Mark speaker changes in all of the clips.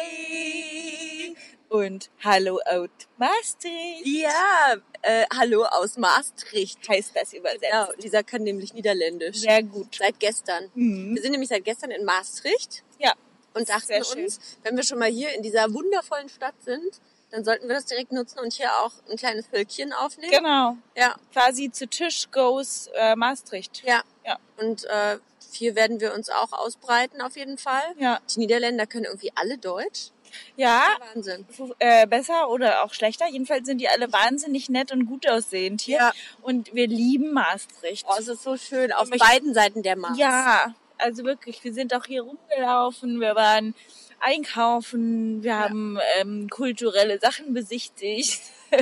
Speaker 1: Hi!
Speaker 2: Und hallo out Maastricht
Speaker 1: Ja, äh, hallo aus Maastricht.
Speaker 2: heißt das übersetzt.
Speaker 1: Genau, dieser kann nämlich Niederländisch.
Speaker 2: Sehr gut.
Speaker 1: Seit gestern.
Speaker 2: Mhm.
Speaker 1: Wir sind nämlich seit gestern in Maastricht
Speaker 2: Ja,
Speaker 1: und dachten
Speaker 2: Sehr schön.
Speaker 1: uns, wenn wir schon mal hier in dieser wundervollen Stadt sind, dann sollten wir das direkt nutzen und hier auch ein kleines Völkchen aufnehmen.
Speaker 2: genau.
Speaker 1: Ja,
Speaker 2: Quasi zu Tisch goes äh, Maastricht.
Speaker 1: ja.
Speaker 2: Ja.
Speaker 1: Und äh, hier werden wir uns auch ausbreiten auf jeden Fall.
Speaker 2: Ja,
Speaker 1: Die Niederländer können irgendwie alle Deutsch.
Speaker 2: ja
Speaker 1: Wahnsinn.
Speaker 2: f- äh, besser oder auch schlechter. Jedenfalls sind die alle wahnsinnig nett und gut aussehend hier.
Speaker 1: Ja.
Speaker 2: Und wir lieben Maastricht.
Speaker 1: Oh, es ist so schön. Auf
Speaker 2: möchten-
Speaker 1: beiden Seiten der Maas.
Speaker 2: Ja, also wirklich, wir sind auch hier rumgelaufen, wir waren einkaufen, wir haben ähm, kulturelle Sachen besichtigt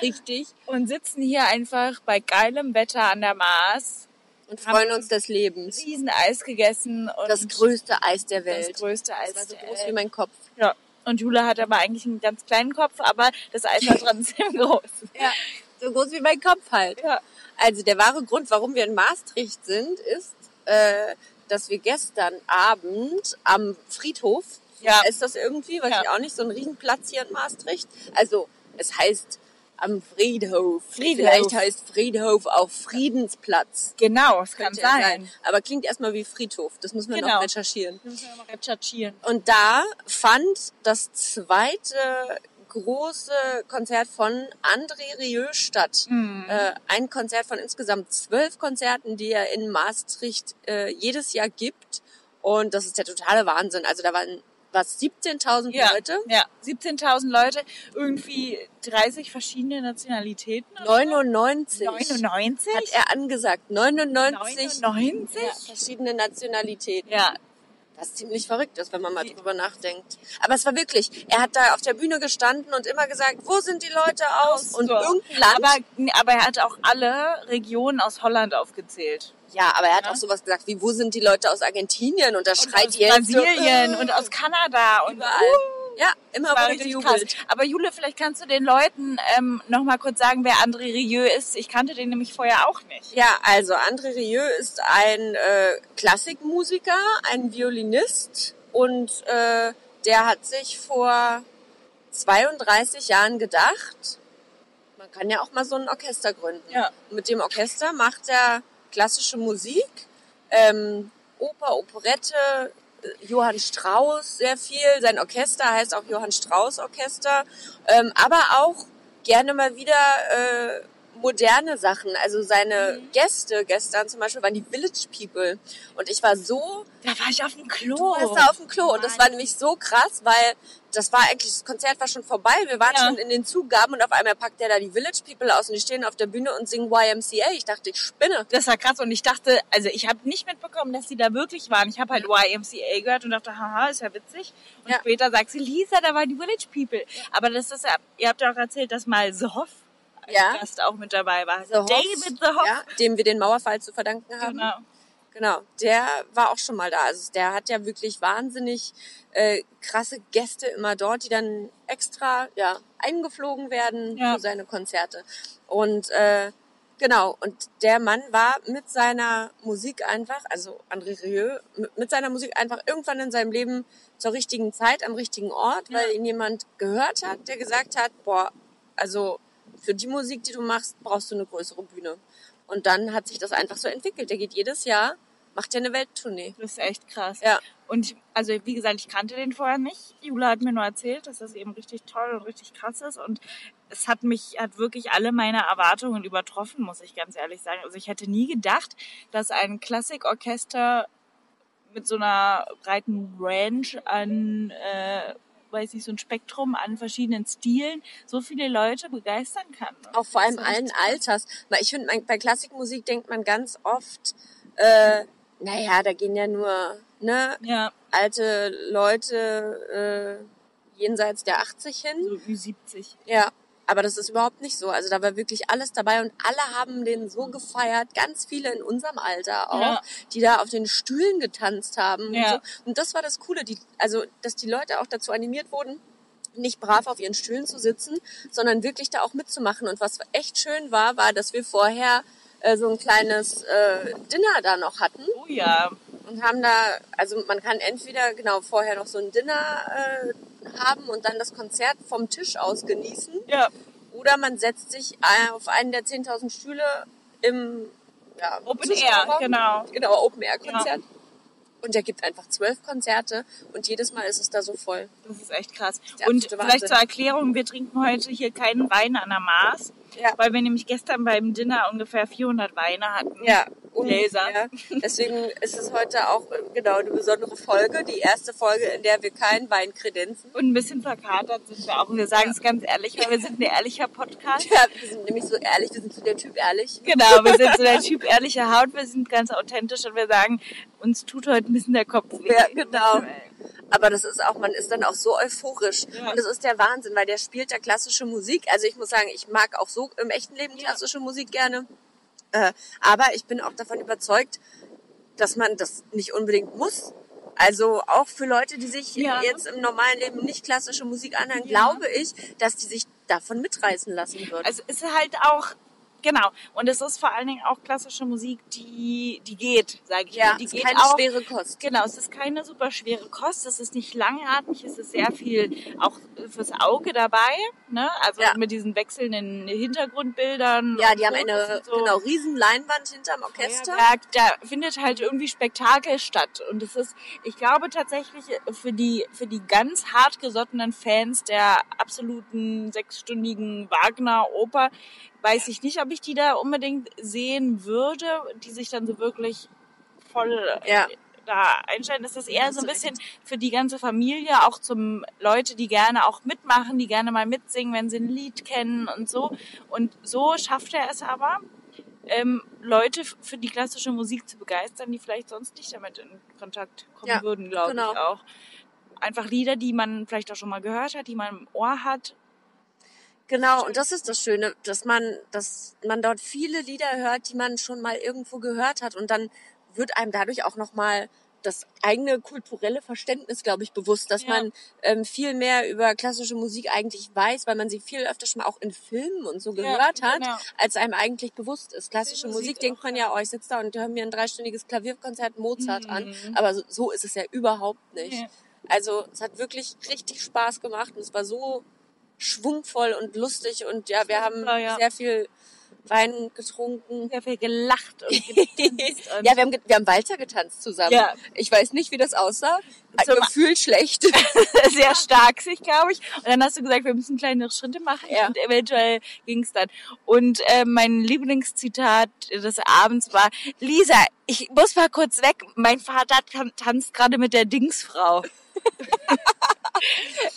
Speaker 1: Richtig.
Speaker 2: und sitzen hier einfach bei geilem Wetter an der Maas,
Speaker 1: Und freuen uns des Lebens.
Speaker 2: riesen Eis gegessen und
Speaker 1: Das größte Eis der
Speaker 2: das
Speaker 1: Welt.
Speaker 2: größte Eis.
Speaker 1: Das war so
Speaker 2: der
Speaker 1: groß
Speaker 2: Welt.
Speaker 1: wie mein Kopf.
Speaker 2: ja. Und Jule hat aber eigentlich einen ganz kleinen Kopf, aber das Eis war trotzdem groß.
Speaker 1: Ja, so groß wie mein Kopf halt.
Speaker 2: Ja.
Speaker 1: Also der wahre Grund, warum wir in Maastricht sind, ist, äh, dass wir gestern Abend am Friedhof,
Speaker 2: Ja.
Speaker 1: ist das irgendwie, weiß
Speaker 2: Ja.
Speaker 1: ich auch nicht, so ein Riesenplatz hier in Maastricht. Also es heißt am Friedhof.
Speaker 2: Friedhof.
Speaker 1: Vielleicht heißt Friedhof auch Friedensplatz.
Speaker 2: Genau, es kann
Speaker 1: Könnte
Speaker 2: sein.
Speaker 1: ja Aber klingt erstmal wie Friedhof. Das müssen wir
Speaker 2: Genau.
Speaker 1: noch recherchieren.
Speaker 2: Wir müssen ja mal recherchieren.
Speaker 1: Und da fand das zweite große Konzert von André Rieu statt. Äh, ein Konzert von insgesamt zwölf Konzerten, die er in Maastricht äh, jedes Jahr gibt. Und das ist der totale Wahnsinn. Also da waren was 17.000
Speaker 2: Ja,
Speaker 1: Leute.
Speaker 2: ja. 17.000 Leute, irgendwie 30 verschiedene Nationalitäten. oder
Speaker 1: 99
Speaker 2: 99?
Speaker 1: hat er angesagt. 99 Ja,
Speaker 2: 99?
Speaker 1: verschiedene Nationalitäten.
Speaker 2: Ja.
Speaker 1: Was ziemlich verrückt ist, wenn man mal drüber nachdenkt. Aber es war wirklich, er hat da auf der Bühne gestanden und immer gesagt, wo sind die Leute aus? Und
Speaker 2: So.
Speaker 1: irgendein Land.
Speaker 2: Aber, nee, aber er hat auch alle Regionen aus Holland aufgezählt.
Speaker 1: ja, aber er hat
Speaker 2: Ja.
Speaker 1: auch sowas gesagt, wie wo sind die Leute aus Argentinien? Und da schreit
Speaker 2: aus
Speaker 1: ihr jetzt so,
Speaker 2: Brasilien
Speaker 1: äh,
Speaker 2: und aus Kanada und
Speaker 1: überall.
Speaker 2: Uh,
Speaker 1: ja, immer
Speaker 2: war
Speaker 1: wurde
Speaker 2: richtig
Speaker 1: gejubelt.
Speaker 2: krass. Aber Jule, vielleicht kannst du den Leuten ähm, nochmal kurz sagen, wer André Rieu ist. Ich kannte den nämlich vorher auch nicht.
Speaker 1: Ja, also André Rieu ist ein äh, Klassikmusiker, ein Violinist und äh, der hat sich vor 32 Jahren gedacht, man kann ja auch mal so ein Orchester gründen.
Speaker 2: Ja.
Speaker 1: Und Mit dem Orchester macht er klassische Musik, ähm, Oper, Operette, äh, Johann Strauss sehr viel. Sein Orchester heißt auch Johann Strauss Orchester, ähm, aber auch gerne mal wieder äh, moderne Sachen. Also seine Gäste gestern zum Beispiel waren die Village People und ich war so
Speaker 2: Da war ich auf dem Klo.
Speaker 1: Du warst da auf dem Klo und das
Speaker 2: Mann.
Speaker 1: war nämlich so krass, weil das war eigentlich, das Konzert war schon vorbei, wir waren
Speaker 2: Ja.
Speaker 1: schon in den Zugaben und auf einmal packt der da die Village People aus und die stehen auf der Bühne und singen YMCA. Ich dachte, ich spinne.
Speaker 2: das war krass und ich dachte, also ich habe nicht mitbekommen, dass die da wirklich waren. Ich habe halt YMCA gehört und dachte, haha, ist ja witzig. Und
Speaker 1: Ja.
Speaker 2: später sagt sie, Lisa, da waren die Village People. Aber das ist ja, ihr habt ja auch erzählt, dass mal The Hoff als
Speaker 1: Ja.
Speaker 2: Gast auch mit dabei war.
Speaker 1: The Hoff,
Speaker 2: David The Hoff.
Speaker 1: Ja, dem wir den Mauerfall zu verdanken haben.
Speaker 2: Genau.
Speaker 1: Genau, der war auch schon mal da. Also der hat ja wirklich wahnsinnig äh, krasse Gäste immer dort, die dann extra ja, eingeflogen werden
Speaker 2: Ja.
Speaker 1: für seine Konzerte. Und äh, genau, und der Mann war mit seiner Musik einfach, also André Rieu, mit- mit seiner Musik einfach irgendwann in seinem Leben zur richtigen Zeit, am richtigen Ort, weil ihn jemand gehört hat, der gesagt hat, boah, also für die Musik, die du machst, brauchst du eine größere Bühne. Und dann hat sich das einfach so entwickelt. Der geht jedes Jahr, macht ja eine Welttournee.
Speaker 2: Das ist echt krass.
Speaker 1: Ja.
Speaker 2: Und ich, also wie gesagt, ich kannte den vorher nicht. Jula hat mir nur erzählt, dass das eben richtig toll und richtig krass ist. Und es hat mich, hat wirklich alle meine Erwartungen übertroffen, muss ich ganz ehrlich sagen. Also ich hätte nie gedacht, dass ein Klassikorchester mit so einer breiten Range an, äh, weiß nicht, so ein Spektrum an verschiedenen Stilen so viele Leute begeistern kann.
Speaker 1: Auch vor allem
Speaker 2: Das ist echt
Speaker 1: allen
Speaker 2: krass.
Speaker 1: Alters. Weil Ich finde, man- bei Klassikmusik denkt man ganz oft, äh, naja, da gehen ja nur ne,
Speaker 2: Ja,
Speaker 1: alte Leute äh, jenseits der 80 hin.
Speaker 2: so Ü70.
Speaker 1: Ja. Aber das ist überhaupt nicht so. Also da war wirklich alles dabei und alle haben den so gefeiert. Ganz viele in unserem Alter auch,
Speaker 2: Ja.
Speaker 1: die da auf den Stühlen getanzt haben.
Speaker 2: Ja.
Speaker 1: Und, so. und das war das Coole, die, also dass die Leute auch dazu animiert wurden, nicht brav auf ihren Stühlen zu sitzen, sondern wirklich da auch mitzumachen. Und was echt schön war, war, dass wir vorher äh, so ein kleines äh, Dinner da noch hatten.
Speaker 2: Oh ja.
Speaker 1: und haben da, also man kann entweder genau vorher noch so ein Dinner äh, haben und dann das Konzert vom Tisch aus genießen.
Speaker 2: Ja,
Speaker 1: Oder man setzt sich äh, auf einen der 10.000 Stühle im ja,
Speaker 2: Open Air,
Speaker 1: Zuschauerraum.
Speaker 2: genau.
Speaker 1: Genau, Open Air Konzert. Und der gibt einfach zwölf Konzerte und jedes Mal ist es da so voll.
Speaker 2: Das ist echt krass.
Speaker 1: Der
Speaker 2: Und
Speaker 1: absolute
Speaker 2: vielleicht
Speaker 1: Wahnsinn.
Speaker 2: zur Erklärung, wir trinken heute hier keinen Wein an der Maß,
Speaker 1: Ja.
Speaker 2: weil wir nämlich gestern beim Dinner ungefähr 400 Weine hatten.
Speaker 1: Ja,
Speaker 2: Laser.
Speaker 1: Ja. Deswegen ist es heute auch äh, genau eine besondere Folge, die erste Folge, in der wir keinen Wein kredenzen.
Speaker 2: Und ein bisschen verkatert sind wir auch. Und wir sagen es ganz ehrlich, weil wir sind ein ehrlicher Podcast.
Speaker 1: Ja, wir sind nämlich so ehrlich, wir sind zu der Typ ehrlich.
Speaker 2: Genau, wir sind so der Typ ehrlicher Haut, wir sind ganz authentisch und wir sagen, uns tut heute ein bisschen der Kopf weh.
Speaker 1: Ja, genau. Aber das ist auch, man ist dann auch so euphorisch.
Speaker 2: Ja.
Speaker 1: Und das ist der Wahnsinn, weil der spielt da klassische Musik. Also ich muss sagen, ich mag auch so im echten Leben
Speaker 2: Ja.
Speaker 1: klassische Musik gerne. Äh, aber ich bin auch davon überzeugt, dass man das nicht unbedingt muss. Also auch für Leute, die sich
Speaker 2: Ja.
Speaker 1: jetzt im normalen Leben nicht klassische Musik anhören,
Speaker 2: Ja.
Speaker 1: glaube ich, dass die sich davon mitreißen lassen würden.
Speaker 2: Also es ist halt auch, genau. Und es ist vor allen Dingen auch klassische Musik, die, die geht, sage ich
Speaker 1: ja,
Speaker 2: mal. Die
Speaker 1: ist
Speaker 2: geht
Speaker 1: keine
Speaker 2: auch.
Speaker 1: schwere Kost.
Speaker 2: Genau, es ist keine super schwere Kost, es ist nicht langatmig, es ist sehr viel auch fürs Auge dabei, ne? Also
Speaker 1: Ja.
Speaker 2: mit diesen wechselnden Hintergrundbildern.
Speaker 1: Ja,
Speaker 2: und
Speaker 1: die haben
Speaker 2: Fotos
Speaker 1: eine
Speaker 2: und so.
Speaker 1: genau riesen Leinwand hinterm Orchester.
Speaker 2: Feuerwerk, da findet halt irgendwie Spektakel statt. Und es ist, ich glaube tatsächlich, für die, für die ganz hartgesottenen Fans der absoluten sechsstündigen Wagner-Oper, weiß ich nicht, ob ich die da unbedingt sehen würde, die sich dann so wirklich voll äh,
Speaker 1: Ja.
Speaker 2: da einstellen. Das ist eher
Speaker 1: Hast
Speaker 2: so ein
Speaker 1: du
Speaker 2: bisschen für die ganze Familie, auch zum Leute, die gerne auch mitmachen, die gerne mal mitsingen, wenn sie ein Lied kennen und so. Und so schafft er es aber, ähm, Leute f- für die klassische Musik zu begeistern, die vielleicht sonst nicht damit in Kontakt kommen
Speaker 1: Ja,
Speaker 2: würden, glaube
Speaker 1: genau.
Speaker 2: ich auch. Einfach Lieder, die man vielleicht auch schon mal gehört hat, die man im Ohr hat.
Speaker 1: Genau, und das ist das Schöne, dass man, dass man dort viele Lieder hört, die man schon mal irgendwo gehört hat. Und dann wird einem dadurch auch nochmal das eigene kulturelle Verständnis, glaube ich, bewusst, dass
Speaker 2: Ja.
Speaker 1: man ähm, viel mehr über klassische Musik eigentlich weiß, weil man sie viel öfter schon mal auch in Filmen und so gehört hat,
Speaker 2: genau.
Speaker 1: als einem eigentlich bewusst ist. Klassische
Speaker 2: Musik
Speaker 1: Musik denkt
Speaker 2: auch,
Speaker 1: man ja, oh, ich sitze da und höre mir ein dreistündiges Klavierkonzert Mozart an.
Speaker 2: Mhm.
Speaker 1: Aber so, so ist es ja überhaupt nicht.
Speaker 2: Nee.
Speaker 1: Also es hat wirklich richtig Spaß gemacht und es war so schwungvoll und lustig und ja, wir haben
Speaker 2: Super, ja.
Speaker 1: sehr viel Wein getrunken.
Speaker 2: Sehr viel gelacht und getanzt und
Speaker 1: Ja, wir haben, ge- wir haben Walzer getanzt zusammen.
Speaker 2: Ja.
Speaker 1: Ich weiß nicht, wie das aussah.
Speaker 2: Zum-
Speaker 1: Gefühl schlecht.
Speaker 2: sehr stark sich, glaube ich. Und dann hast du gesagt, wir müssen kleinere Schritte machen
Speaker 1: Ja.
Speaker 2: und eventuell ging es dann. Und äh, mein Lieblingszitat des Abends war, Lisa, ich muss mal kurz weg, mein Vater tan tanzt gerade mit der Dingsfrau.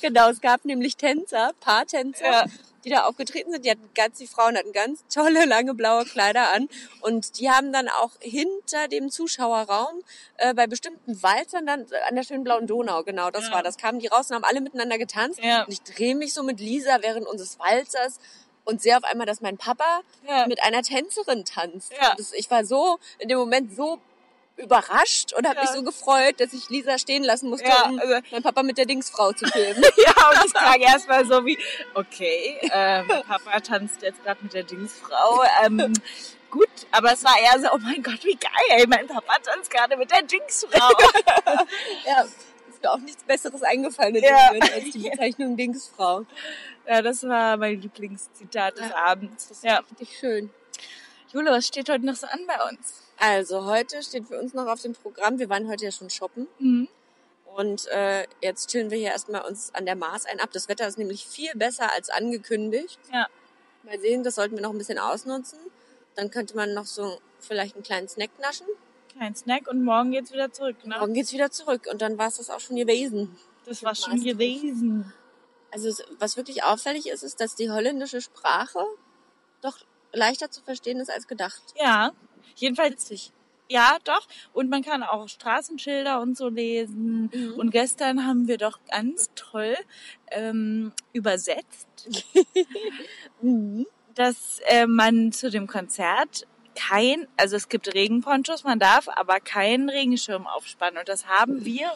Speaker 1: genau, es gab nämlich Tänzer, Paartänzer,
Speaker 2: Ja.
Speaker 1: die da aufgetreten sind. Die hatten ganz, die Frauen hatten ganz tolle, lange blaue Kleider an. Und die haben dann auch hinter dem Zuschauerraum äh, bei bestimmten Walzern dann äh, an der schönen blauen Donau, genau, das
Speaker 2: Ja.
Speaker 1: war das, kamen die raus und haben alle miteinander getanzt.
Speaker 2: Ja.
Speaker 1: Und ich drehe mich so mit Lisa während unseres Walzers und sehe auf einmal, dass mein Papa
Speaker 2: Ja.
Speaker 1: mit einer Tänzerin tanzt.
Speaker 2: Ja.
Speaker 1: Das, ich war so in dem Moment so überrascht und habe
Speaker 2: Ja.
Speaker 1: mich so gefreut, dass ich Lisa stehen lassen musste,
Speaker 2: Ja,
Speaker 1: um
Speaker 2: also-
Speaker 1: meinen Papa mit der Dingsfrau zu filmen.
Speaker 2: Ja, und ich frage erstmal so wie, okay, ähm, Papa tanzt jetzt gerade mit der Dingsfrau. Ähm, gut, aber es war eher so, oh mein Gott, wie geil, mein Papa tanzt gerade mit der Dingsfrau.
Speaker 1: Ja, ist mir auch nichts Besseres eingefallen in
Speaker 2: Ja.
Speaker 1: dem Moment als die Bezeichnung Dingsfrau.
Speaker 2: Ja, das war mein Lieblingszitat des Abends. Ja.
Speaker 1: Richtig schön.
Speaker 2: Jule, was steht heute noch so an bei uns?
Speaker 1: Also heute steht für uns noch auf dem Programm, wir waren heute ja schon shoppen
Speaker 2: Hm,
Speaker 1: und äh, jetzt chillen wir hier erstmal uns an der Maas ein ab. Das Wetter ist nämlich viel besser als angekündigt.
Speaker 2: Ja.
Speaker 1: Mal sehen, das sollten wir noch ein bisschen ausnutzen. Dann könnte man noch so vielleicht einen kleinen Snack naschen.
Speaker 2: Kein Snack und morgen geht's wieder zurück, ne?
Speaker 1: Morgen geht's wieder zurück und dann war es das auch schon gewesen.
Speaker 2: Das war schon
Speaker 1: Meist-
Speaker 2: gewesen.
Speaker 1: Also es- was wirklich auffällig ist, ist, dass die holländische Sprache doch leichter zu verstehen ist als gedacht.
Speaker 2: Ja. Jedenfalls,
Speaker 1: Witzig.
Speaker 2: ja, doch. Und man kann auch Straßenschilder und so lesen.
Speaker 1: Mhm.
Speaker 2: Und gestern haben wir doch ganz toll ähm, übersetzt,
Speaker 1: Mhm.
Speaker 2: dass äh, man zu dem Konzert kein, also es gibt Regenponchos, man darf aber keinen Regenschirm aufspannen. Und das haben wir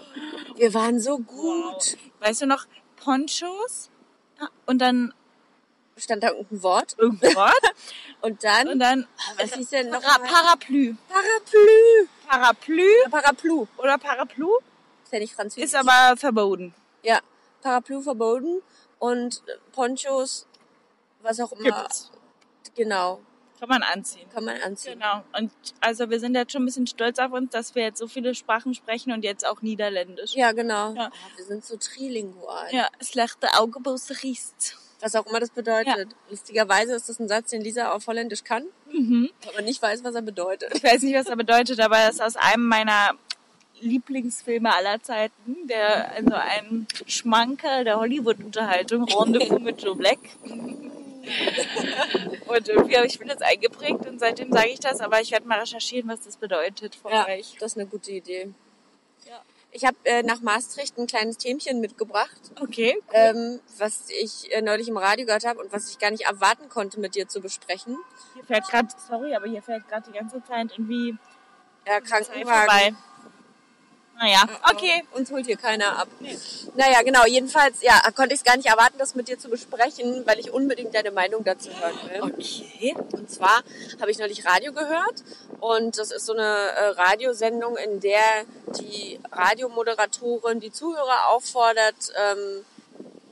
Speaker 1: Wir waren so gut.
Speaker 2: Wow. Weißt du noch, Ponchos und Ah, dann
Speaker 1: stand da irgendein Wort.
Speaker 2: Irgendwas.
Speaker 1: Und dann, ah,
Speaker 2: Und dann
Speaker 1: was hieß denn noch?
Speaker 2: Para
Speaker 1: mal?
Speaker 2: Paraplu.
Speaker 1: Paraplu.
Speaker 2: Paraplu
Speaker 1: Paraplu.
Speaker 2: oder Paraplu
Speaker 1: Ist ja nicht französisch.
Speaker 2: ist aber verboten.
Speaker 1: Ja, Paraplu verboten und Ponchos, was auch immer.
Speaker 2: Gibt's.
Speaker 1: Genau,
Speaker 2: Kann man anziehen.
Speaker 1: kann man anziehen.
Speaker 2: Genau. Und also wir sind jetzt schon ein bisschen stolz auf uns, dass wir jetzt so viele Sprachen sprechen und jetzt auch Niederländisch.
Speaker 1: Ja, genau.
Speaker 2: Ja.
Speaker 1: Oh, wir sind so trilingual.
Speaker 2: Ja, schlechte Augenbose riecht.
Speaker 1: Was auch immer das bedeutet. Lustigerweise ist das ein Satz, den Lisa auf Holländisch kann,
Speaker 2: Mhm.
Speaker 1: aber nicht weiß, was er bedeutet.
Speaker 2: Ich weiß nicht, was das bedeutet, aber es ist aus einem meiner Lieblingsfilme aller Zeiten, der also ein Schmankerl der Hollywood-Unterhaltung, Rendezvous mit Joe Black. Und irgendwie habe ich mir das eingeprägt und seitdem sage ich das, aber ich werde mal recherchieren, was das bedeutet für
Speaker 1: Ja,
Speaker 2: euch.
Speaker 1: das ist eine gute Idee.
Speaker 2: Ja.
Speaker 1: Ich habe äh, nach Maastricht ein kleines Themchen mitgebracht,
Speaker 2: Okay.
Speaker 1: ähm, was ich äh, neulich im Radio gehört habe und was ich gar nicht erwarten konnte, mit dir zu besprechen.
Speaker 2: Hier fährt gerade, sorry, aber hier fährt gerade die ganze Zeit irgendwie
Speaker 1: Ja,
Speaker 2: Zeit
Speaker 1: Krankenwagen.
Speaker 2: vorbei. Naja, okay.
Speaker 1: Uns holt hier keiner ab. Naja, genau. Jedenfalls, ja, konnte ich es gar nicht erwarten, das mit dir zu besprechen, weil ich unbedingt deine Meinung dazu hören will.
Speaker 2: Oh, Okay.
Speaker 1: Und zwar habe ich neulich Radio gehört und das ist so eine äh, Radiosendung, in der die Radiomoderatorin die Zuhörer auffordert, ähm,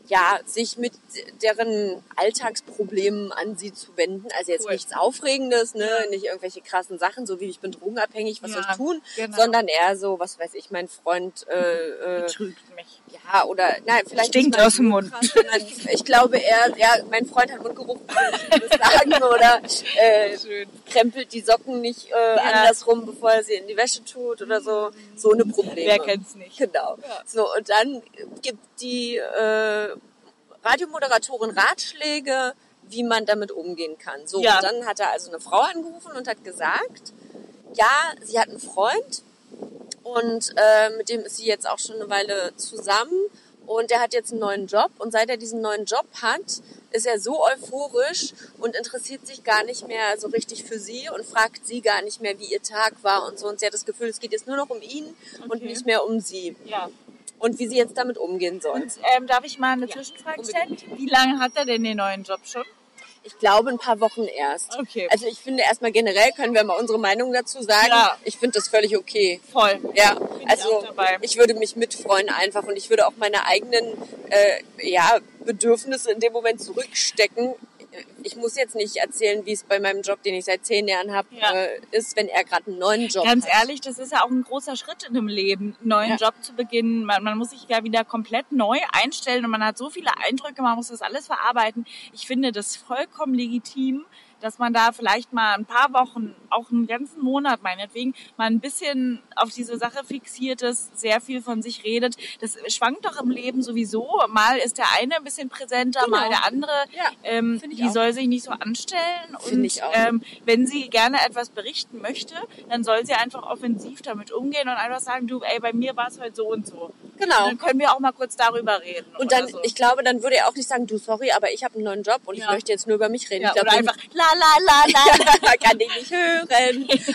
Speaker 1: ja, sich mit deren Alltagsproblemen an sie zu wenden. Also jetzt
Speaker 2: Cool.
Speaker 1: nichts Aufregendes, ne?
Speaker 2: Ja.
Speaker 1: nicht irgendwelche krassen Sachen, so wie ich bin drogenabhängig, was
Speaker 2: Ja,
Speaker 1: soll ich tun,
Speaker 2: genau.
Speaker 1: sondern eher so, was weiß ich, mein Freund äh, äh,
Speaker 2: Betrügt mich.
Speaker 1: ja, oder nein, vielleicht
Speaker 2: Stinkt
Speaker 1: nicht mal
Speaker 2: aus dem
Speaker 1: so
Speaker 2: Mund.
Speaker 1: krass, sondern ich glaube eher, ja, mein Freund hat Mundgeruch, würde ich ihm das sagen, oder äh,
Speaker 2: Schön.
Speaker 1: krempelt die Socken nicht äh, andersrum, bevor er sie in die Wäsche tut oder so. So eine Probleme.
Speaker 2: Wer kennt's nicht?
Speaker 1: Genau. So, und dann gibt die äh, Radiomoderatorin Ratschläge, wie man damit umgehen kann. So,
Speaker 2: Ja.
Speaker 1: und dann hat er also eine Frau angerufen und hat gesagt, ja, sie hat einen Freund und äh, mit dem ist sie jetzt auch schon eine Weile zusammen und der hat jetzt einen neuen Job und seit er diesen neuen Job hat, ist er so euphorisch und interessiert sich gar nicht mehr so richtig für sie und fragt sie gar nicht mehr, wie ihr Tag war und so. Und sie hat das Gefühl, es geht jetzt nur noch um ihn und
Speaker 2: Okay.
Speaker 1: nicht mehr um sie
Speaker 2: Ja.
Speaker 1: und wie sie jetzt damit umgehen soll.
Speaker 2: Und ähm, darf ich mal eine Zwischenfrage stellen? Wie lange hat er denn den neuen Job schon?
Speaker 1: Ich glaube, ein paar Wochen erst.
Speaker 2: Okay.
Speaker 1: Also ich finde erstmal generell können wir mal unsere Meinung dazu sagen.
Speaker 2: Ja.
Speaker 1: Ich finde das völlig okay.
Speaker 2: Voll.
Speaker 1: Ja,
Speaker 2: ich
Speaker 1: also
Speaker 2: auch dabei.
Speaker 1: ich würde mich mitfreuen einfach und ich würde auch meine eigenen äh, ja, Bedürfnisse in dem Moment zurückstecken. Ich muss jetzt nicht erzählen, wie es bei meinem Job, den ich seit zehn Jahren habe,
Speaker 2: Ja.
Speaker 1: äh, ist, wenn er gerade einen neuen Job
Speaker 2: Ganz
Speaker 1: hat.
Speaker 2: ehrlich, das ist ja auch ein großer Schritt in dem Leben, einen neuen
Speaker 1: Ja.
Speaker 2: Job zu beginnen. Man, man muss sich ja wieder komplett neu einstellen und man hat so viele Eindrücke, man muss das alles verarbeiten. Ich finde das vollkommen legitim, dass man da vielleicht mal ein paar Wochen, auch einen ganzen Monat meinetwegen, mal ein bisschen auf diese Sache fixiert ist, sehr viel von sich redet. Das schwankt doch im Leben sowieso. Mal ist der eine ein bisschen präsenter, mal
Speaker 1: Genau.
Speaker 2: der andere.
Speaker 1: Ja,
Speaker 2: ähm,
Speaker 1: find ich
Speaker 2: die
Speaker 1: auch.
Speaker 2: soll sich nicht so anstellen
Speaker 1: Find
Speaker 2: und
Speaker 1: ich auch.
Speaker 2: Ähm, wenn sie gerne etwas berichten möchte, dann soll sie einfach offensiv damit umgehen und einfach sagen, du, ey, bei mir war es heute so und so.
Speaker 1: Genau.
Speaker 2: Dann können wir auch mal kurz darüber reden.
Speaker 1: Und dann,
Speaker 2: ne? oder so.
Speaker 1: ich glaube, dann würde er auch nicht sagen, du, sorry, aber ich habe einen neuen Job und ich
Speaker 2: Ja.
Speaker 1: möchte jetzt nur über mich reden.
Speaker 2: ja,
Speaker 1: ich glaube,
Speaker 2: oder
Speaker 1: dann-
Speaker 2: einfach la la la la.
Speaker 1: kann ich nicht hören.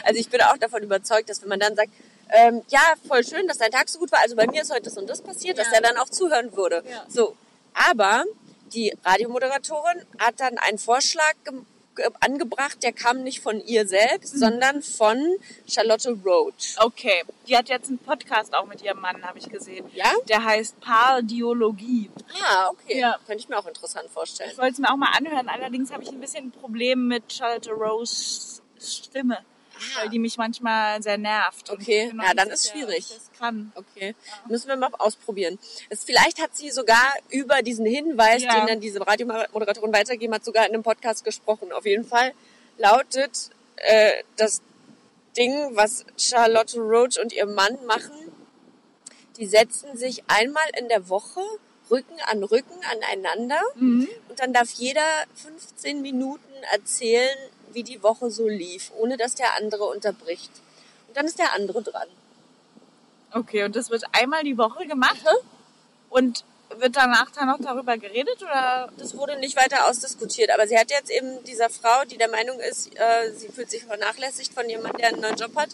Speaker 1: Also ich bin auch davon überzeugt, dass wenn man dann sagt, ähm, ja, voll schön, dass dein Tag so gut war, also bei mir ist heute das und das passiert, dass
Speaker 2: Ja.
Speaker 1: er dann auch zuhören würde.
Speaker 2: Ja.
Speaker 1: So, aber die Radiomoderatorin hat dann einen Vorschlag ge- ge- angebracht, der kam nicht von ihr selbst, sondern von Charlotte Roach.
Speaker 2: okay, die hat jetzt einen Podcast auch mit ihrem Mann, habe ich gesehen.
Speaker 1: Ja?
Speaker 2: Der heißt Pardiologie.
Speaker 1: Ah, okay.
Speaker 2: Ja.
Speaker 1: Könnte ich mir auch interessant vorstellen.
Speaker 2: Ich wollte es mir auch mal anhören, allerdings habe ich ein bisschen ein Problem mit Charlotte Rose Stimme. Weil die mich manchmal sehr nervt. Und
Speaker 1: Ah. Okay.
Speaker 2: ich bin noch
Speaker 1: Ja,
Speaker 2: nicht
Speaker 1: dann ist
Speaker 2: sicher, ob
Speaker 1: schwierig.
Speaker 2: ich Das kann.
Speaker 1: Okay, müssen wir mal ausprobieren. Es, vielleicht hat sie sogar über diesen Hinweis,
Speaker 2: Ja.
Speaker 1: den dann diese Radiomoderatorin weitergegeben hat, sogar in einem Podcast gesprochen. Auf jeden Fall lautet äh, das Ding, was Charlotte Roach und ihr Mann machen, die setzen sich einmal in der Woche Rücken an Rücken aneinander und dann darf jeder 15 Minuten erzählen, wie die Woche so lief, ohne dass der andere unterbricht. Und dann ist der andere dran.
Speaker 2: Okay, und das wird einmal die Woche gemacht und wird danach dann noch darüber geredet oder?
Speaker 1: Das wurde nicht weiter ausdiskutiert, aber sie hat jetzt eben dieser Frau, die der Meinung ist, äh, sie fühlt sich vernachlässigt von jemandem, der einen neuen Job hat,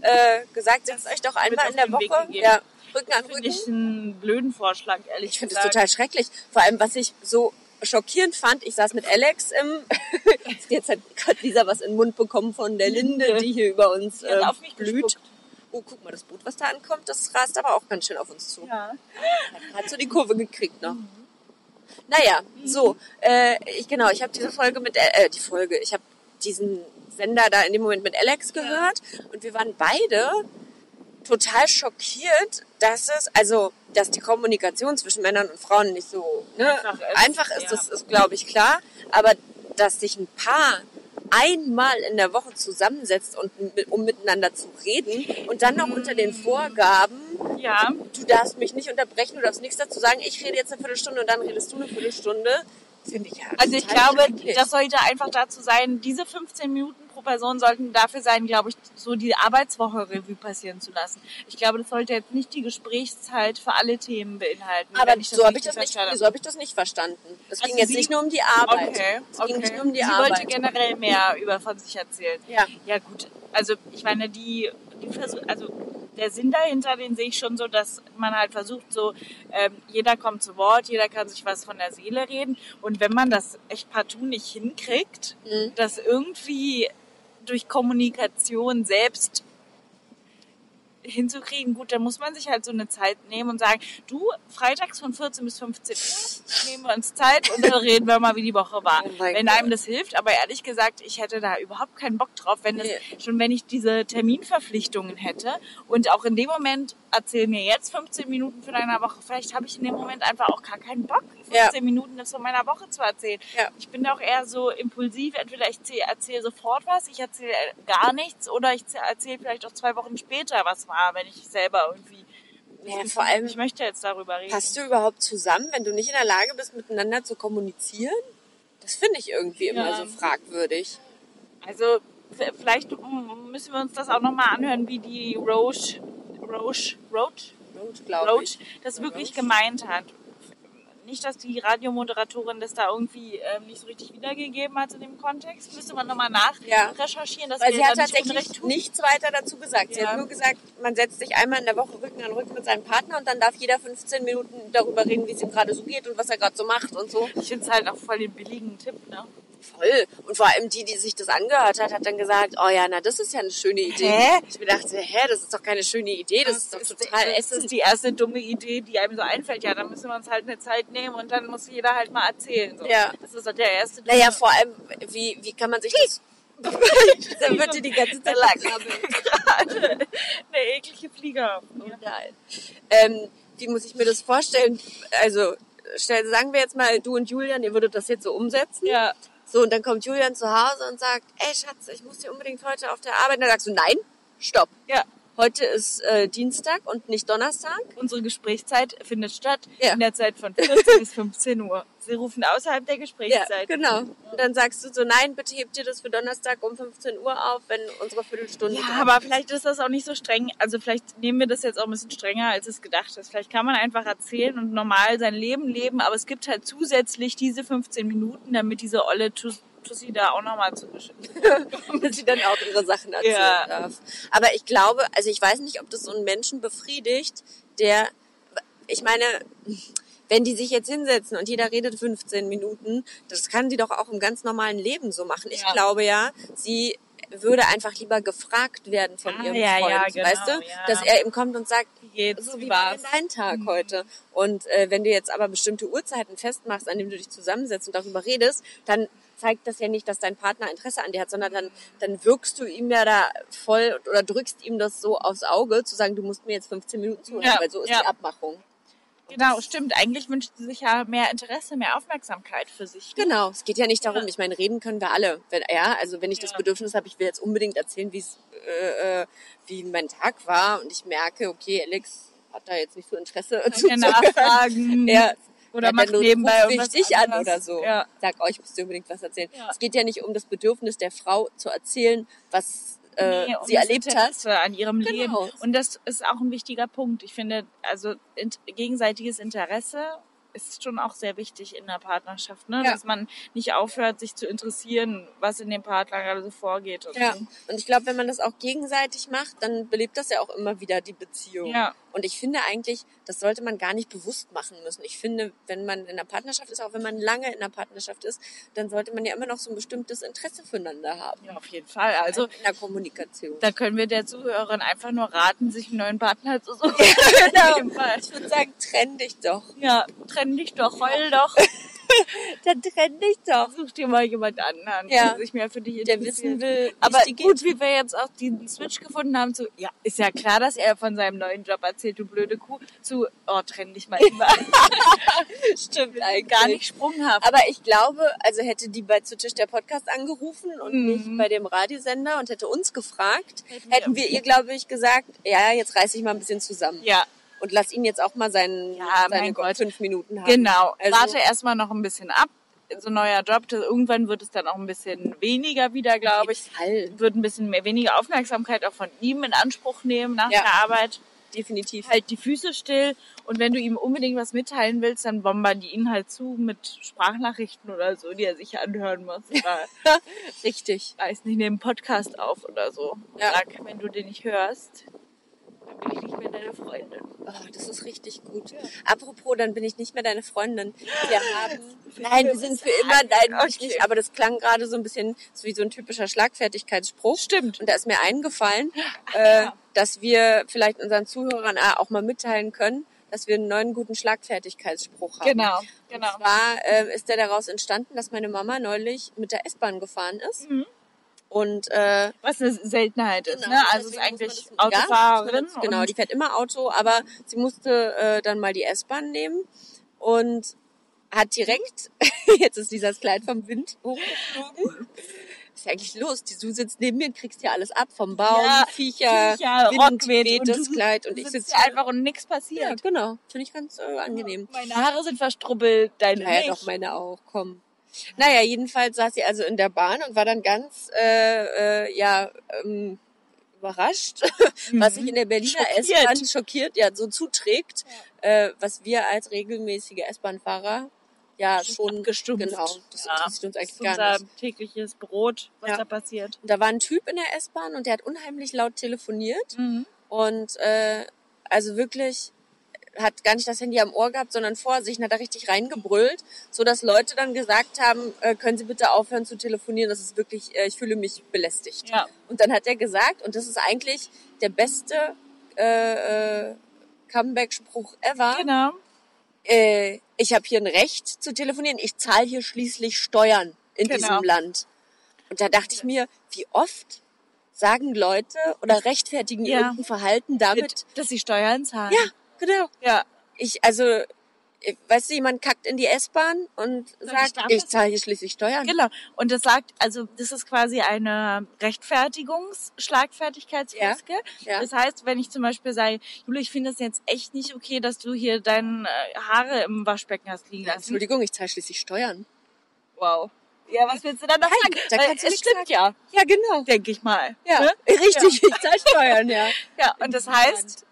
Speaker 1: äh, gesagt, setzt euch doch einmal
Speaker 2: auf
Speaker 1: in der
Speaker 2: den Weg
Speaker 1: Woche
Speaker 2: gegeben.
Speaker 1: ja, Rücken an
Speaker 2: Finde
Speaker 1: Rücken.
Speaker 2: ich einen blöden Vorschlag, ehrlich
Speaker 1: Ich finde es
Speaker 2: gesagt.
Speaker 1: total schrecklich. Vor allem, was ich so schockierend fand, ich saß mit Alex im, jetzt halt, hat gerade Lisa was in den Mund bekommen von der Linde, die hier über uns
Speaker 2: hat
Speaker 1: ähm,
Speaker 2: auf mich
Speaker 1: blüht.
Speaker 2: gespuckt.
Speaker 1: Oh, guck mal, das Boot, was da ankommt, das rast aber auch ganz schön auf uns zu.
Speaker 2: Ja.
Speaker 1: Hat so die Kurve gekriegt noch. Naja, so, äh, ich genau, ich habe diese Folge mit, äh, die Folge, ich habe diesen Sender da in dem Moment mit Alex gehört und wir waren beide total schockiert, dass es, also, dass die Kommunikation zwischen Männern und Frauen nicht so ne, einfach
Speaker 2: Einfach ist,
Speaker 1: ist,
Speaker 2: ja.
Speaker 1: das ist, glaube ich, klar. Aber dass sich ein Paar einmal in der Woche zusammensetzt, und, mit- um miteinander zu reden und dann noch unter den Vorgaben
Speaker 2: Ja.
Speaker 1: du darfst mich nicht unterbrechen, du darfst nichts dazu sagen, ich rede jetzt eine Viertelstunde und dann redest du eine Viertelstunde. Finde ich ja.
Speaker 2: Also ich
Speaker 1: total
Speaker 2: glaube,
Speaker 1: schrecklich.
Speaker 2: das sollte einfach dazu sein, diese 15 Minuten pro Person sollten dafür sein, glaube ich, so die Arbeitswoche Revue passieren zu lassen. Ich glaube, das sollte jetzt nicht die Gesprächszeit für alle Themen beinhalten.
Speaker 1: aber
Speaker 2: wenn ich
Speaker 1: so habe ich, das
Speaker 2: richtig
Speaker 1: nicht-
Speaker 2: verstanden
Speaker 1: so hab ich das nicht verstanden. Es
Speaker 2: Also
Speaker 1: ging jetzt
Speaker 2: sie-
Speaker 1: nicht nur um die Arbeit.
Speaker 2: Okay,
Speaker 1: es
Speaker 2: okay.
Speaker 1: ging nicht nur um die
Speaker 2: Sie wollte
Speaker 1: Arbeit.
Speaker 2: generell mehr über von sich erzählen.
Speaker 1: Ja.
Speaker 2: Ja gut, also ich meine, die, die Versuch, also der Sinn dahinter, den sehe ich schon so, dass man halt versucht, so ähm, jeder kommt zu Wort, jeder kann sich was von der Seele reden. Und wenn man das echt partout nicht hinkriegt,
Speaker 1: Mhm.
Speaker 2: das irgendwie durch Kommunikation selbst hinzukriegen, gut, dann muss man sich halt so eine Zeit nehmen und sagen, du, freitags von 14 bis 15 Uhr nehmen wir uns Zeit und dann reden wir mal, wie die Woche war.
Speaker 1: Oh mein
Speaker 2: wenn
Speaker 1: Gott.
Speaker 2: einem das hilft, aber ehrlich gesagt, ich hätte da überhaupt keinen Bock drauf, wenn das,
Speaker 1: Nee.
Speaker 2: schon wenn ich diese Terminverpflichtungen hätte und auch in dem Moment erzähl mir jetzt 15 Minuten von einer Woche, vielleicht habe ich in dem Moment einfach auch gar keinen Bock, 15
Speaker 1: Ja.
Speaker 2: Minuten das von meiner Woche zu erzählen.
Speaker 1: Ja.
Speaker 2: Ich bin da auch eher so impulsiv, entweder ich erzähle erzähl sofort was, ich erzähle gar nichts oder ich erzähle vielleicht auch zwei Wochen später, was war, wenn ich selber irgendwie das
Speaker 1: Ja,
Speaker 2: Gefühl
Speaker 1: vor
Speaker 2: habe,
Speaker 1: allem
Speaker 2: ich möchte jetzt darüber reden.
Speaker 1: Passt du überhaupt zusammen, wenn du nicht in der Lage bist, miteinander zu kommunizieren? Das finde ich irgendwie immer
Speaker 2: Ja.
Speaker 1: so fragwürdig.
Speaker 2: Also v- vielleicht mm, müssen wir uns das auch nochmal anhören, wie die Roche, Roche, Roche,
Speaker 1: Not, glaube ich.
Speaker 2: Roche das wirklich
Speaker 1: Roche.
Speaker 2: gemeint hat. Nicht, dass die Radiomoderatorin das da irgendwie ähm, nicht so richtig wiedergegeben hat in dem Kontext. Müsste man nochmal
Speaker 1: Ja.
Speaker 2: nachrecherchieren, dass
Speaker 1: Weil
Speaker 2: wir
Speaker 1: sie hat
Speaker 2: da nicht
Speaker 1: tatsächlich
Speaker 2: unrecht tun.
Speaker 1: nichts weiter dazu gesagt. Sie
Speaker 2: Ja.
Speaker 1: hat nur gesagt, man setzt sich einmal in der Woche Rücken an Rücken mit seinem Partner und dann darf jeder 15 Minuten darüber reden, wie es ihm gerade so geht und was er gerade so macht und so.
Speaker 2: Ich finde es halt auch voll den billigen Tipp, ne?
Speaker 1: Voll. Und vor allem die, die sich das angehört hat, hat dann gesagt, oh ja, na das ist ja eine schöne Idee.
Speaker 2: Hä?
Speaker 1: Ich mir dachte, hä, das ist doch keine schöne Idee, das, ist doch total
Speaker 2: das ist die erste dumme Idee, die einem so einfällt. Ja, dann müssen wir uns halt eine Zeit nehmen und dann muss jeder halt mal erzählen. So.
Speaker 1: Ja.
Speaker 2: Das ist doch der erste
Speaker 1: Naja, vor allem, wie, wie kann man sich das... dann wird dir die ganze Zeit
Speaker 2: Lack.
Speaker 1: verkrabbelt.
Speaker 2: eine eklige Flieger.
Speaker 1: Oh nein. Ähm, wie muss ich mir das vorstellen? Also, stell, sagen wir jetzt mal, du und Julian, ihr würdet das jetzt so umsetzen.
Speaker 2: Ja.
Speaker 1: So, und dann kommt Julian zu Hause und sagt, ey Schatz, ich muss dir unbedingt heute auf der Arbeit. Und dann sagst du, nein, stopp.
Speaker 2: Ja.
Speaker 1: Heute ist äh, Dienstag und nicht Donnerstag.
Speaker 2: Unsere Gesprächszeit findet statt
Speaker 1: Ja.
Speaker 2: in der Zeit von 14 bis 15 Uhr. Sie rufen außerhalb der
Speaker 1: Ja,
Speaker 2: Gesprächszeit.
Speaker 1: genau. Und dann sagst du so, nein, bitte hebt dir das für Donnerstag um 15 Uhr auf, wenn unsere Viertelstunde.
Speaker 2: Ja,
Speaker 1: da
Speaker 2: aber
Speaker 1: ist.
Speaker 2: vielleicht ist das auch nicht so streng. Also vielleicht nehmen wir das jetzt auch ein bisschen strenger, als es gedacht ist. Vielleicht kann man einfach erzählen und normal sein Leben leben, aber es gibt halt zusätzlich diese 15 Minuten, damit diese olle Tus- Tussi da auch nochmal zu
Speaker 1: damit sie dann auch ihre Sachen erzählen
Speaker 2: Ja.
Speaker 1: darf. Aber ich glaube, also ich weiß nicht, ob das so einen Menschen befriedigt, der, ich meine, wenn die sich jetzt hinsetzen und jeder redet 15 Minuten, das kann die doch auch im ganz normalen Leben so machen. Ich
Speaker 2: Ja.
Speaker 1: glaube ja, sie würde einfach lieber gefragt werden von
Speaker 2: Ah,
Speaker 1: ihrem
Speaker 2: ja,
Speaker 1: Freund,
Speaker 2: ja, genau,
Speaker 1: weißt du,
Speaker 2: ja.
Speaker 1: dass er eben kommt und sagt,
Speaker 2: geht's.
Speaker 1: so wie war denn dein Tag
Speaker 2: Mhm.
Speaker 1: heute? Und äh, wenn du jetzt aber bestimmte Uhrzeiten festmachst, an denen du dich zusammensetzt und darüber redest, dann zeigt das ja nicht, dass dein Partner Interesse an dir hat, sondern dann, dann wirkst du ihm ja da voll oder drückst ihm das so aufs Auge, zu sagen, du musst mir jetzt 15 Minuten zuhören,
Speaker 2: Ja,
Speaker 1: weil so ist
Speaker 2: ja.
Speaker 1: die Abmachung.
Speaker 2: Genau, stimmt. Eigentlich wünscht sie sich ja mehr Interesse, mehr Aufmerksamkeit für sich.
Speaker 1: Genau, es geht ja nicht darum,
Speaker 2: Ja.
Speaker 1: ich meine, reden können wir alle. Wenn, ja, also wenn ich das
Speaker 2: Ja.
Speaker 1: Bedürfnis habe, ich will jetzt unbedingt erzählen, wie's, äh, äh, wie mein Tag war und ich merke, okay, Alex hat da jetzt nicht so Interesse zu
Speaker 2: Keine Nachfragen.
Speaker 1: Ja.
Speaker 2: Oder
Speaker 1: ja,
Speaker 2: macht
Speaker 1: dann
Speaker 2: nebenbei
Speaker 1: ruf
Speaker 2: irgendwas
Speaker 1: dich an
Speaker 2: anderes.
Speaker 1: oder so.
Speaker 2: Ja.
Speaker 1: Sag euch, ich muss dir unbedingt was erzählen.
Speaker 2: Ja.
Speaker 1: Es geht ja nicht um das Bedürfnis der Frau zu erzählen, was äh,
Speaker 2: Nee, um
Speaker 1: sie
Speaker 2: das
Speaker 1: erlebt hat.
Speaker 2: Interesse an ihrem
Speaker 1: Genau.
Speaker 2: Leben. Und das ist auch ein wichtiger Punkt. Ich finde, also int- gegenseitiges Interesse ist schon auch sehr wichtig in der Partnerschaft, ne?
Speaker 1: Ja.
Speaker 2: dass man nicht aufhört, sich zu interessieren, was in dem Partner gerade so vorgeht. Und
Speaker 1: Ja,
Speaker 2: so.
Speaker 1: und ich glaube, wenn man das auch gegenseitig macht, dann belebt das ja auch immer wieder die Beziehung.
Speaker 2: ja,
Speaker 1: Und ich finde eigentlich, das sollte man gar nicht bewusst machen müssen. Ich finde, wenn man in einer Partnerschaft ist, auch wenn man lange in einer Partnerschaft ist, dann sollte man ja immer noch so ein bestimmtes Interesse füreinander haben.
Speaker 2: ja, auf jeden Fall. Also
Speaker 1: in der Kommunikation.
Speaker 2: da können wir der Zuhörerin einfach nur raten, sich einen neuen Partner zu suchen.
Speaker 1: genau.
Speaker 2: In dem Fall.
Speaker 1: Ich würde sagen, trenn dich doch.
Speaker 2: Ja, trenn dich doch, heul doch,
Speaker 1: Genau. Dann trenn dich doch.
Speaker 2: such dir mal jemand anderen,
Speaker 1: Ja.
Speaker 2: der sich mehr für dich
Speaker 1: Der wissen
Speaker 2: interessiert.
Speaker 1: will, wie
Speaker 2: Aber
Speaker 1: es dir geht.
Speaker 2: gut, wie wir jetzt auch diesen Switch gefunden haben zu, ja, ist ja klar, dass er von seinem neuen Job erzählt, du blöde Kuh, zu, oh, trenn dich mal immer.
Speaker 1: stimmt eigentlich.
Speaker 2: Gar nicht sprunghaft.
Speaker 1: Aber ich glaube, also hätte die bei zu Tisch der Podcast angerufen und
Speaker 2: Mhm.
Speaker 1: nicht bei dem Radiosender und hätte uns gefragt,
Speaker 2: Hätten wir-
Speaker 1: hätten wir ihr, glaube ich, gesagt, ja, jetzt reiß ich mal ein bisschen zusammen
Speaker 2: Ja,
Speaker 1: und lass ihn jetzt auch mal seinen,
Speaker 2: Ja,
Speaker 1: seine
Speaker 2: mein Gott.
Speaker 1: fünf Minuten haben.
Speaker 2: genau.
Speaker 1: Also-
Speaker 2: Warte erstmal noch ein bisschen ab. So ein neuer Job, das- irgendwann wird es dann auch ein bisschen weniger wieder, glaube ich.
Speaker 1: Fall.
Speaker 2: Wird ein bisschen mehr, weniger Aufmerksamkeit auch von ihm in Anspruch nehmen nach
Speaker 1: Ja.
Speaker 2: der Arbeit.
Speaker 1: Definitiv.
Speaker 2: Halt die Füße still und wenn du ihm unbedingt was mitteilen willst, dann bombardier ihn halt zu mit Sprachnachrichten oder so, die er sich anhören muss. Oder
Speaker 1: Richtig.
Speaker 2: weiß nicht, nehme einen Podcast auf oder so. Und
Speaker 1: Ja.
Speaker 2: sag, wenn du den nicht hörst, dann bin ich nicht mehr deine Freundin.
Speaker 1: Oh, das ist richtig gut. Apropos, dann bin ich nicht mehr deine Freundin. Wir haben. Nein, wir sind für immer dein.
Speaker 2: Okay.
Speaker 1: Nicht, aber das klang gerade so ein bisschen so wie so ein typischer Schlagfertigkeitsspruch.
Speaker 2: Stimmt. Ah,
Speaker 1: Und da ist mir eingefallen, äh, dass wir vielleicht unseren Zuhörern äh, auch mal mitteilen können, dass wir einen neuen guten Schlagfertigkeitsspruch haben.
Speaker 2: Genau,
Speaker 1: Ah. Und
Speaker 2: genau.
Speaker 1: zwar äh, ist der daraus entstanden, dass meine Mama neulich mit der S-Bahn gefahren ist.
Speaker 2: Mhm.
Speaker 1: Und äh,
Speaker 2: Was eine Seltenheit ist,
Speaker 1: Genau,
Speaker 2: ne? Also es ist
Speaker 1: deswegen
Speaker 2: eigentlich
Speaker 1: muss man das-
Speaker 2: Autofahrerin.
Speaker 1: Ja, genau,
Speaker 2: und-
Speaker 1: die fährt immer Auto, aber sie musste äh, dann mal die S-Bahn nehmen und hat direkt, jetzt ist Lisas Kleid vom Wind hochgeflogen. Was ist ja eigentlich los? Die, du sitzt neben mir und kriegst hier alles ab, vom Baum,
Speaker 2: Ja,
Speaker 1: Viecher,
Speaker 2: Viecher,
Speaker 1: Wind,
Speaker 2: Rockweht
Speaker 1: weht
Speaker 2: und
Speaker 1: das
Speaker 2: du
Speaker 1: Kleid und ich
Speaker 2: sitzt
Speaker 1: sitze
Speaker 2: hier einfach und nichts
Speaker 1: Ja,
Speaker 2: passiert.
Speaker 1: genau. Finde ich ganz äh, angenehm.
Speaker 2: Meine Haare sind verstrubbelt, deine
Speaker 1: Naja,
Speaker 2: nicht.
Speaker 1: doch, meine auch, komm. Naja, jedenfalls saß sie also in der Bahn und war dann ganz, äh, äh, ja, ähm, überrascht, was sich in der Berliner
Speaker 2: Mhm. Schockiert.
Speaker 1: S-Bahn schockiert, ja, so zuträgt, äh, was wir als regelmäßige S-Bahn-Fahrer ja schon,
Speaker 2: gestumpft.
Speaker 1: genau, das
Speaker 2: ja.
Speaker 1: interessiert uns
Speaker 2: Das ist
Speaker 1: eigentlich gar
Speaker 2: unser
Speaker 1: nicht.
Speaker 2: tägliches Brot, was
Speaker 1: Ja.
Speaker 2: da passiert.
Speaker 1: Und da war ein Typ in der S-Bahn und der hat unheimlich laut telefoniert
Speaker 2: Mhm.
Speaker 1: und, äh, also wirklich, hat gar nicht das Handy am Ohr gehabt, sondern vor sich und hat da richtig reingebrüllt, so dass Leute dann gesagt haben, äh, können Sie bitte aufhören zu telefonieren, das ist wirklich, äh, ich fühle mich belästigt.
Speaker 2: Ja.
Speaker 1: Und dann hat er gesagt, und das ist eigentlich der beste äh, äh, Comeback-Spruch ever,
Speaker 2: Genau.
Speaker 1: äh, ich habe hier ein Recht zu telefonieren, ich zahle hier schließlich Steuern in
Speaker 2: Genau.
Speaker 1: diesem Land. Und da dachte ich mir, wie oft sagen Leute oder rechtfertigen
Speaker 2: Ja.
Speaker 1: irgendein Verhalten damit,
Speaker 2: Mit, dass sie Steuern zahlen.
Speaker 1: ja, genau,
Speaker 2: Ja.
Speaker 1: ich, also, ich- weißt du, jemand kackt in die S-Bahn und sagt,
Speaker 2: Strafe?
Speaker 1: ich zahle hier schließlich Steuern.
Speaker 2: Genau. Und das sagt, also das ist quasi eine Rechtfertigungsschlagfertigkeitsmaske.
Speaker 1: Ja.
Speaker 2: Das heißt, wenn ich zum Beispiel sage, Jule, ich finde das jetzt echt nicht okay, dass du hier deine äh, Haare im Waschbecken hast liegen lassen.
Speaker 1: Entschuldigung, ich zahle schließlich Steuern.
Speaker 2: Wow. Ja, was willst du dann noch sagen?
Speaker 1: da
Speaker 2: Weil
Speaker 1: kannst du
Speaker 2: es
Speaker 1: nichts
Speaker 2: stimmt ja,
Speaker 1: Ja, genau.
Speaker 2: denke ich mal.
Speaker 1: Ja,
Speaker 2: Ne?
Speaker 1: richtig, ich zahle Steuern, ja.
Speaker 2: Ja, und das heißt,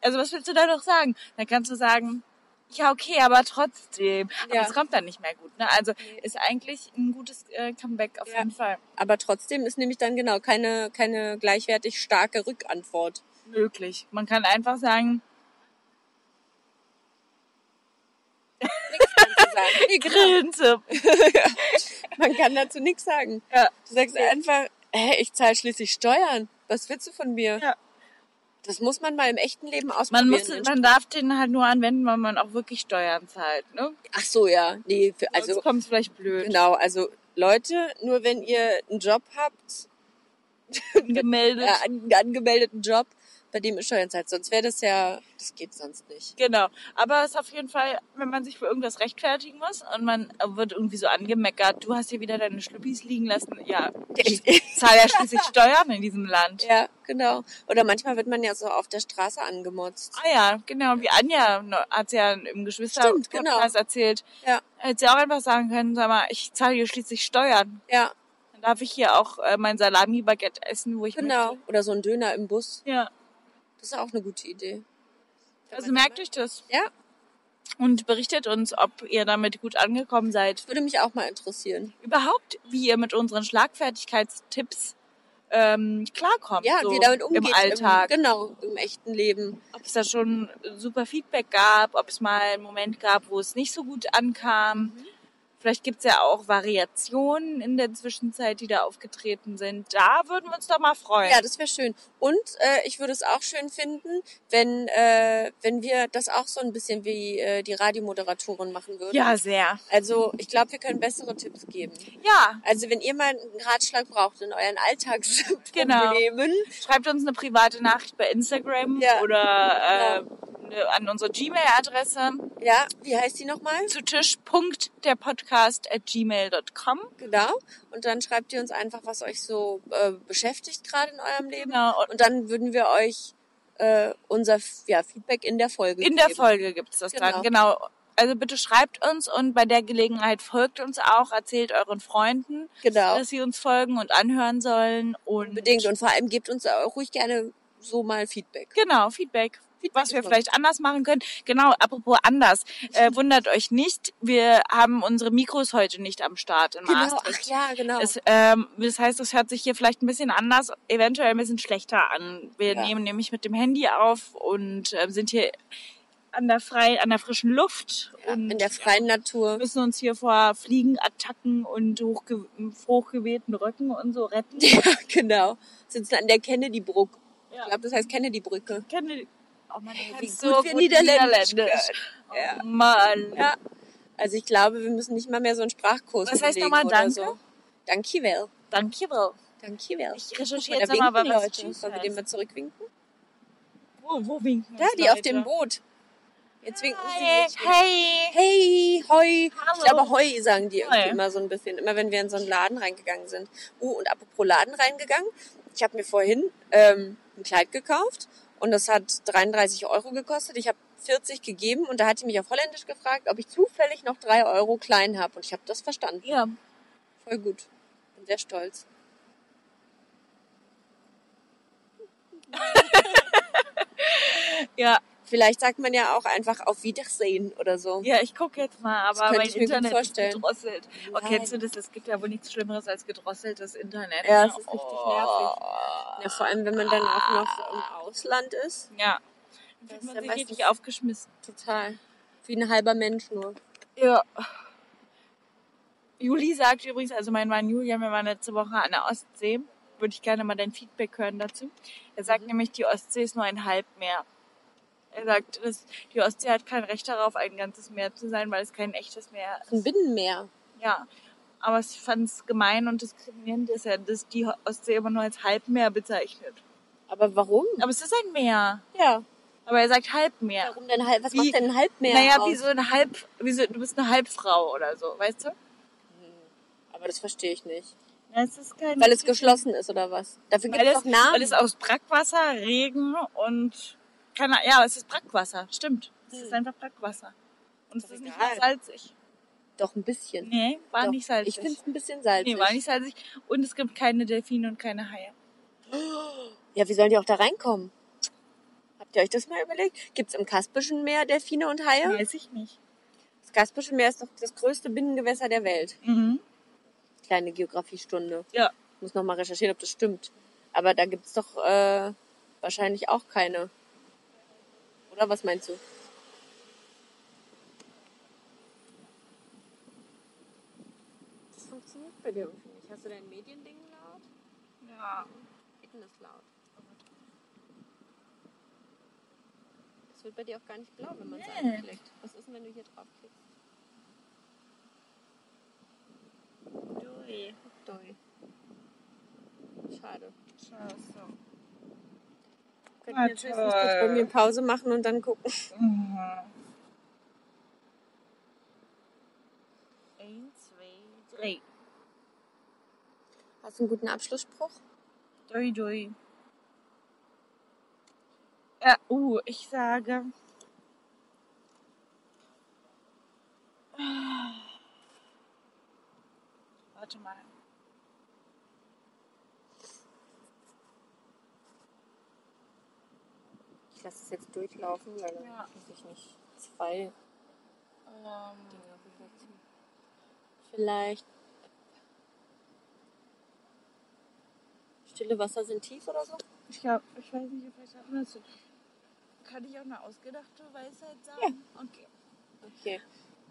Speaker 2: also was willst du da noch sagen? Dann kannst du sagen, ja, okay, aber trotzdem. Aber
Speaker 1: Ja.
Speaker 2: es kommt dann nicht mehr gut. Ne? Also ist eigentlich ein gutes äh, Comeback auf
Speaker 1: Ja.
Speaker 2: jeden Fall
Speaker 1: Aber trotzdem ist nämlich dann genau keine, keine gleichwertig starke Rückantwort.
Speaker 2: möglich. Man kann einfach sagen,
Speaker 1: Nee, genau.
Speaker 2: Grinse.
Speaker 1: Man kann dazu nichts sagen.
Speaker 2: Ja.
Speaker 1: Du sagst einfach, hä, ich zahle schließlich Steuern. Was willst du von mir?
Speaker 2: Ja.
Speaker 1: Das muss man mal im echten Leben ausprobieren. Ne?
Speaker 2: Man, muss, man darf den halt nur anwenden, weil man auch wirklich Steuern zahlt. Ne?
Speaker 1: Ach so, ja. Nee, für, also
Speaker 2: Also kommt es vielleicht blöd.
Speaker 1: Genau, also Leute, nur wenn ihr einen Job habt, äh,
Speaker 2: Gemeldet.
Speaker 1: einen angemeldeten Job, bei dem ihr Steuern zahlt, sonst wäre das ja, das geht sonst nicht.
Speaker 2: Genau. Aber es ist auf jeden Fall, wenn man sich für irgendwas rechtfertigen muss und man wird irgendwie so angemeckert, du hast hier wieder deine Schlüppis liegen lassen. Ja, ich zahle ja schließlich Steuern in diesem Land.
Speaker 1: ja, genau. Oder manchmal wird man ja so auf der Straße angemotzt.
Speaker 2: Ah ja, genau, wie Anja ne- hat ja im geschwister
Speaker 1: Stimmt, genau.
Speaker 2: erzählt.
Speaker 1: Ja.
Speaker 2: Hätte sie auch einfach sagen können, sag mal, ich zahle hier schließlich Steuern.
Speaker 1: Ja,
Speaker 2: Dann darf ich hier auch äh, mein Salami-Baguette essen, wo ich
Speaker 1: genau.
Speaker 2: möchte.
Speaker 1: Oder so ein Döner im Bus.
Speaker 2: Ja,
Speaker 1: Das ist auch eine gute Idee.
Speaker 2: also merkt euch das.
Speaker 1: Ja,
Speaker 2: und berichtet uns, ob ihr damit gut angekommen seid.
Speaker 1: Würde mich auch mal interessieren.
Speaker 2: Überhaupt, wie ihr mit unseren Schlagfertigkeitstipps ähm, klarkommt.
Speaker 1: Ja,
Speaker 2: so
Speaker 1: wie damit umgeht.
Speaker 2: Im Alltag.
Speaker 1: genau, im echten Leben.
Speaker 2: Ob es da schon super Feedback gab, ob es mal einen Moment gab, wo es nicht so gut ankam.
Speaker 1: Mhm.
Speaker 2: Vielleicht gibt's ja auch Variationen in der Zwischenzeit, die da aufgetreten sind. Da würden wir uns doch mal freuen.
Speaker 1: Ja, das wäre schön. Und äh, ich würde es auch schön finden, wenn, äh, wenn wir das auch so ein bisschen wie äh, die Radiomoderatorin machen würden.
Speaker 2: ja sehr.
Speaker 1: Also ich glaube, wir können bessere Tipps geben.
Speaker 2: Ja,
Speaker 1: Also wenn ihr mal einen Ratschlag braucht in euren
Speaker 2: Genau.
Speaker 1: Alltagsproblemen,
Speaker 2: Schreibt uns eine private Nachricht bei Instagram
Speaker 1: Ja.
Speaker 2: oder äh, ne- an unsere Gmail-Adresse
Speaker 1: ja, wie heißt die nochmal?
Speaker 2: zu tisch.derpodcast.gmail.com.
Speaker 1: Genau. Und dann schreibt ihr uns einfach, was euch so äh, beschäftigt gerade in eurem Leben.
Speaker 2: Genau. Und
Speaker 1: Und dann würden wir euch äh, unser ja, Feedback in der Folge
Speaker 2: in der
Speaker 1: geben.
Speaker 2: Folge gibt's das
Speaker 1: Genau.
Speaker 2: dann. Genau. Also bitte schreibt uns und bei der Gelegenheit folgt uns auch, erzählt euren Freunden,
Speaker 1: Genau.
Speaker 2: dass sie uns folgen und anhören sollen und
Speaker 1: Unbedingt. Und vor allem gebt uns auch ruhig gerne so mal Feedback.
Speaker 2: Genau, Feedback.
Speaker 1: Feedback
Speaker 2: was
Speaker 1: ist
Speaker 2: wir
Speaker 1: gut.
Speaker 2: vielleicht anders machen können. Genau, apropos anders. Äh, wundert euch nicht, wir haben unsere Mikros heute nicht am Start in
Speaker 1: Genau,
Speaker 2: Maastricht.
Speaker 1: ach ja, genau.
Speaker 2: Es, ähm, das heißt, es hört sich hier vielleicht ein bisschen anders, eventuell ein bisschen schlechter an. Wir
Speaker 1: Ja.
Speaker 2: nehmen nämlich mit dem Handy auf und ähm, sind hier an der freien, an der frischen Luft
Speaker 1: ja,
Speaker 2: und
Speaker 1: in der freien Natur.
Speaker 2: müssen uns hier vor Fliegenattacken und hochge hochgewehten Röcken und so retten.
Speaker 1: Ja, genau. Sitzen an der Kennedy-Brücke.
Speaker 2: Ja.
Speaker 1: Ich glaube, das heißt Kennedy-Brücke.
Speaker 2: Kenne, oh Mann, ich
Speaker 1: wie
Speaker 2: kann
Speaker 1: gut
Speaker 2: so
Speaker 1: wir
Speaker 2: gut
Speaker 1: Niederländisch
Speaker 2: Niederländisch.
Speaker 1: können.
Speaker 2: Oh Mann.
Speaker 1: Ja. Also ich glaube, wir müssen nicht mal mehr so einen Sprachkurs
Speaker 2: Was heißt
Speaker 1: belegen
Speaker 2: nochmal
Speaker 1: oder
Speaker 2: Danke?
Speaker 1: so. Danke well.
Speaker 2: Danke, Will.
Speaker 1: Danke well.
Speaker 2: Ich recherchiere
Speaker 1: Da
Speaker 2: jetzt
Speaker 1: winken
Speaker 2: nochmal, was
Speaker 1: Leute.
Speaker 2: Tschüss
Speaker 1: Sollen wir
Speaker 2: heißt.
Speaker 1: denen mal zurückwinken?
Speaker 2: Wo, wo winken
Speaker 1: Da,
Speaker 2: uns
Speaker 1: die
Speaker 2: Leute?
Speaker 1: auf dem Boot. Jetzt winken
Speaker 2: Hey,
Speaker 1: sie nicht.
Speaker 2: hey.
Speaker 1: Hey, hoi. Ich
Speaker 2: Hallo.
Speaker 1: glaube, hoi sagen die irgendwie
Speaker 2: Hoi.
Speaker 1: immer so ein bisschen. Immer wenn wir in so einen Laden reingegangen sind. Uh, und apropos Laden reingegangen. Ich habe mir vorhin ähm, ein Kleid gekauft und das hat 33 Euro gekostet. Ich habe 40 gegeben und da hat die mich auf Holländisch gefragt, ob ich zufällig noch 3 Euro klein habe. Und ich habe das verstanden.
Speaker 2: Ja.
Speaker 1: Voll gut. Bin sehr stolz.
Speaker 2: ja,
Speaker 1: Vielleicht sagt man ja auch einfach auf Wiedersehen oder so.
Speaker 2: ja, ich gucke jetzt mal, aber
Speaker 1: könnte
Speaker 2: mein
Speaker 1: ich mir gut
Speaker 2: Internet ist
Speaker 1: vorstellen.
Speaker 2: gedrosselt. Oh,
Speaker 1: Nein.
Speaker 2: kennst du das? Es gibt ja wohl nichts Schlimmeres als gedrosseltes Internet.
Speaker 1: Ja,
Speaker 2: ne?
Speaker 1: es ist richtig
Speaker 2: oh.
Speaker 1: Ja, vor allem, wenn man dann auch noch
Speaker 2: Ah.
Speaker 1: im Ausland ist.
Speaker 2: Ja.
Speaker 1: Das
Speaker 2: Dann fühlt
Speaker 1: ist
Speaker 2: man
Speaker 1: ja
Speaker 2: sich
Speaker 1: meistens-
Speaker 2: richtig aufgeschmissen.
Speaker 1: Total. Wie ein halber Mensch nur.
Speaker 2: Ja. Juli sagt übrigens, also mein Mann Julian, wir waren letzte Woche an der Ostsee. Würde ich gerne mal dein Feedback hören dazu. Er
Speaker 1: Mhm.
Speaker 2: sagt nämlich, die Ostsee ist nur ein Halbmeer. Er sagt, dass die Ostsee hat kein Recht darauf, ein ganzes Meer zu sein, weil es kein echtes Meer ist.
Speaker 1: Ein Binnenmeer.
Speaker 2: Ja. Aber ich fand es gemein und diskriminierend, dass er dass die Ostsee immer nur als Halbmeer bezeichnet.
Speaker 1: Aber warum?
Speaker 2: Aber es ist ein Meer.
Speaker 1: Ja.
Speaker 2: Aber er sagt Halbmeer.
Speaker 1: Warum denn halb? Was
Speaker 2: Wie-
Speaker 1: macht denn ein Halbmeer?
Speaker 2: naja,
Speaker 1: aus?
Speaker 2: wie so ein Halb, wie so, du bist eine Halbfrau oder so, weißt du?
Speaker 1: Aber das verstehe ich nicht.
Speaker 2: Ja, Es ist kein
Speaker 1: Weil es geschlossen ist oder was? Dafür gibt
Speaker 2: Weil
Speaker 1: es
Speaker 2: es,
Speaker 1: doch Namen.
Speaker 2: weil es aus Brackwasser, Regen und keine Ahnung, ja, es ist Brackwasser, stimmt. Es ist einfach Brackwasser. Und es
Speaker 1: Doch
Speaker 2: ist nicht
Speaker 1: Hm. egal.
Speaker 2: mal salzig.
Speaker 1: doch ein bisschen.
Speaker 2: Nee, war
Speaker 1: doch.
Speaker 2: nicht
Speaker 1: Ich
Speaker 2: salzig.
Speaker 1: finde es ein bisschen salzig.
Speaker 2: nee, war nicht salzig. Und es gibt keine Delfine und keine Haie.
Speaker 1: Ja, wie sollen die auch da reinkommen? Habt ihr euch das mal überlegt? Gibt es im Kaspischen Meer Delfine und Haie?
Speaker 2: Weiß ich nicht.
Speaker 1: Das Kaspische Meer ist doch das größte Binnengewässer der Welt.
Speaker 2: Mhm.
Speaker 1: Kleine Geografiestunde.
Speaker 2: Ja.
Speaker 1: Muss nochmal recherchieren, ob das stimmt. Aber da gibt's doch äh, wahrscheinlich auch keine. Oder was meinst du? Das funktioniert bei dir irgendwie nicht. Hast du dein Mediending laut?
Speaker 2: Ja.
Speaker 1: Geht denn das laut? Das wird bei dir auch gar nicht blau, wenn man es
Speaker 2: Nee.
Speaker 1: anklickt. Was ist denn, wenn du hier draufklickst?
Speaker 2: Dui.
Speaker 1: Doi. Schade.
Speaker 2: Scheiße.
Speaker 1: Könnten
Speaker 2: Na
Speaker 1: wir jetzt höchstens kurz bei
Speaker 2: toll.
Speaker 1: mir Pause machen und dann gucken.
Speaker 2: Mhm. Eins, zwei, drei.
Speaker 1: Hast du einen guten Abschlussspruch?
Speaker 2: Doi, doi. Äh, uh, ich sage. Warte mal.
Speaker 1: Ich lasse es jetzt durchlaufen, weil dann
Speaker 2: Ja.
Speaker 1: muss ich nicht zwei
Speaker 2: Ähm.
Speaker 1: äh, Vielleicht. Stille Wasser sind tief oder so?
Speaker 2: Ich glaube, ich weiß nicht, vielleicht hat man das schon. Kann ich auch eine ausgedachte Weisheit sagen? Ja. Okay.
Speaker 1: Okay.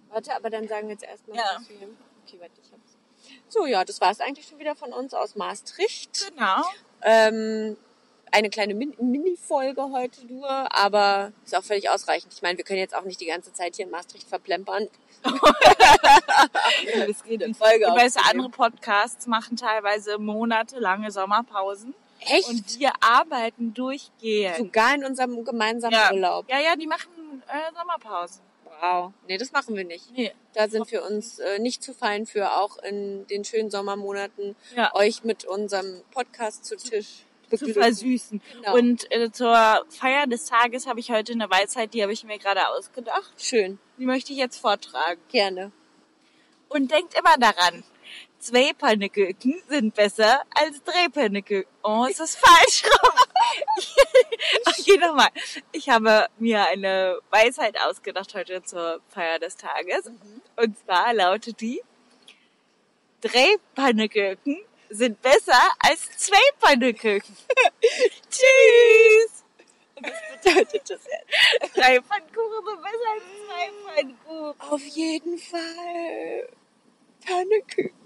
Speaker 1: Warte, aber dann sagen wir jetzt erstmal,
Speaker 2: Ja.
Speaker 1: was wir. Okay, warte, ich hab's. So, ja, das war es eigentlich schon wieder von uns aus Maastricht.
Speaker 2: Genau.
Speaker 1: Ähm, eine kleine Min Mini-Folge heute nur, aber ist auch völlig ausreichend. Ich meine, wir können jetzt auch nicht die ganze Zeit hier in Maastricht verplempern.
Speaker 2: Das geht
Speaker 1: Eine Folge
Speaker 2: Ich weiß,
Speaker 1: aufzunehmen.
Speaker 2: andere Podcasts machen teilweise monatelange Sommerpausen.
Speaker 1: Echt?
Speaker 2: Und wir arbeiten durchgehend.
Speaker 1: Sogar in unserem gemeinsamen
Speaker 2: Ja.
Speaker 1: Urlaub.
Speaker 2: Ja, ja, die machen äh, Sommerpausen.
Speaker 1: Wow. Nee, das machen wir nicht.
Speaker 2: Nee.
Speaker 1: Da sind wir uns äh, nicht zu fein für, auch in den schönen Sommermonaten
Speaker 2: Ja.
Speaker 1: euch mit unserem Podcast zu Tisch
Speaker 2: Zu
Speaker 1: beglücken.
Speaker 2: versüßen.
Speaker 1: Genau.
Speaker 2: Und äh, zur Feier des Tages habe ich heute eine Weisheit, die habe ich mir gerade ausgedacht.
Speaker 1: Schön,
Speaker 2: Die möchte ich jetzt vortragen.
Speaker 1: gerne.
Speaker 2: Und denkt immer daran, zwei Pannekuchen sind besser als drei Pannekuchen. Oh, ist das falsch rum? okay, nochmal. Ich habe mir eine Weisheit ausgedacht heute zur Feier des Tages. Und zwar lautet die, drei Pannekuchen sind besser als zwei Pannekuchen. Tschüss!
Speaker 1: Bedeutet das jetzt?
Speaker 2: Drei Pannkuchen sind besser als zwei Pannkuchen.
Speaker 1: Auf jeden Fall Pannekuchen.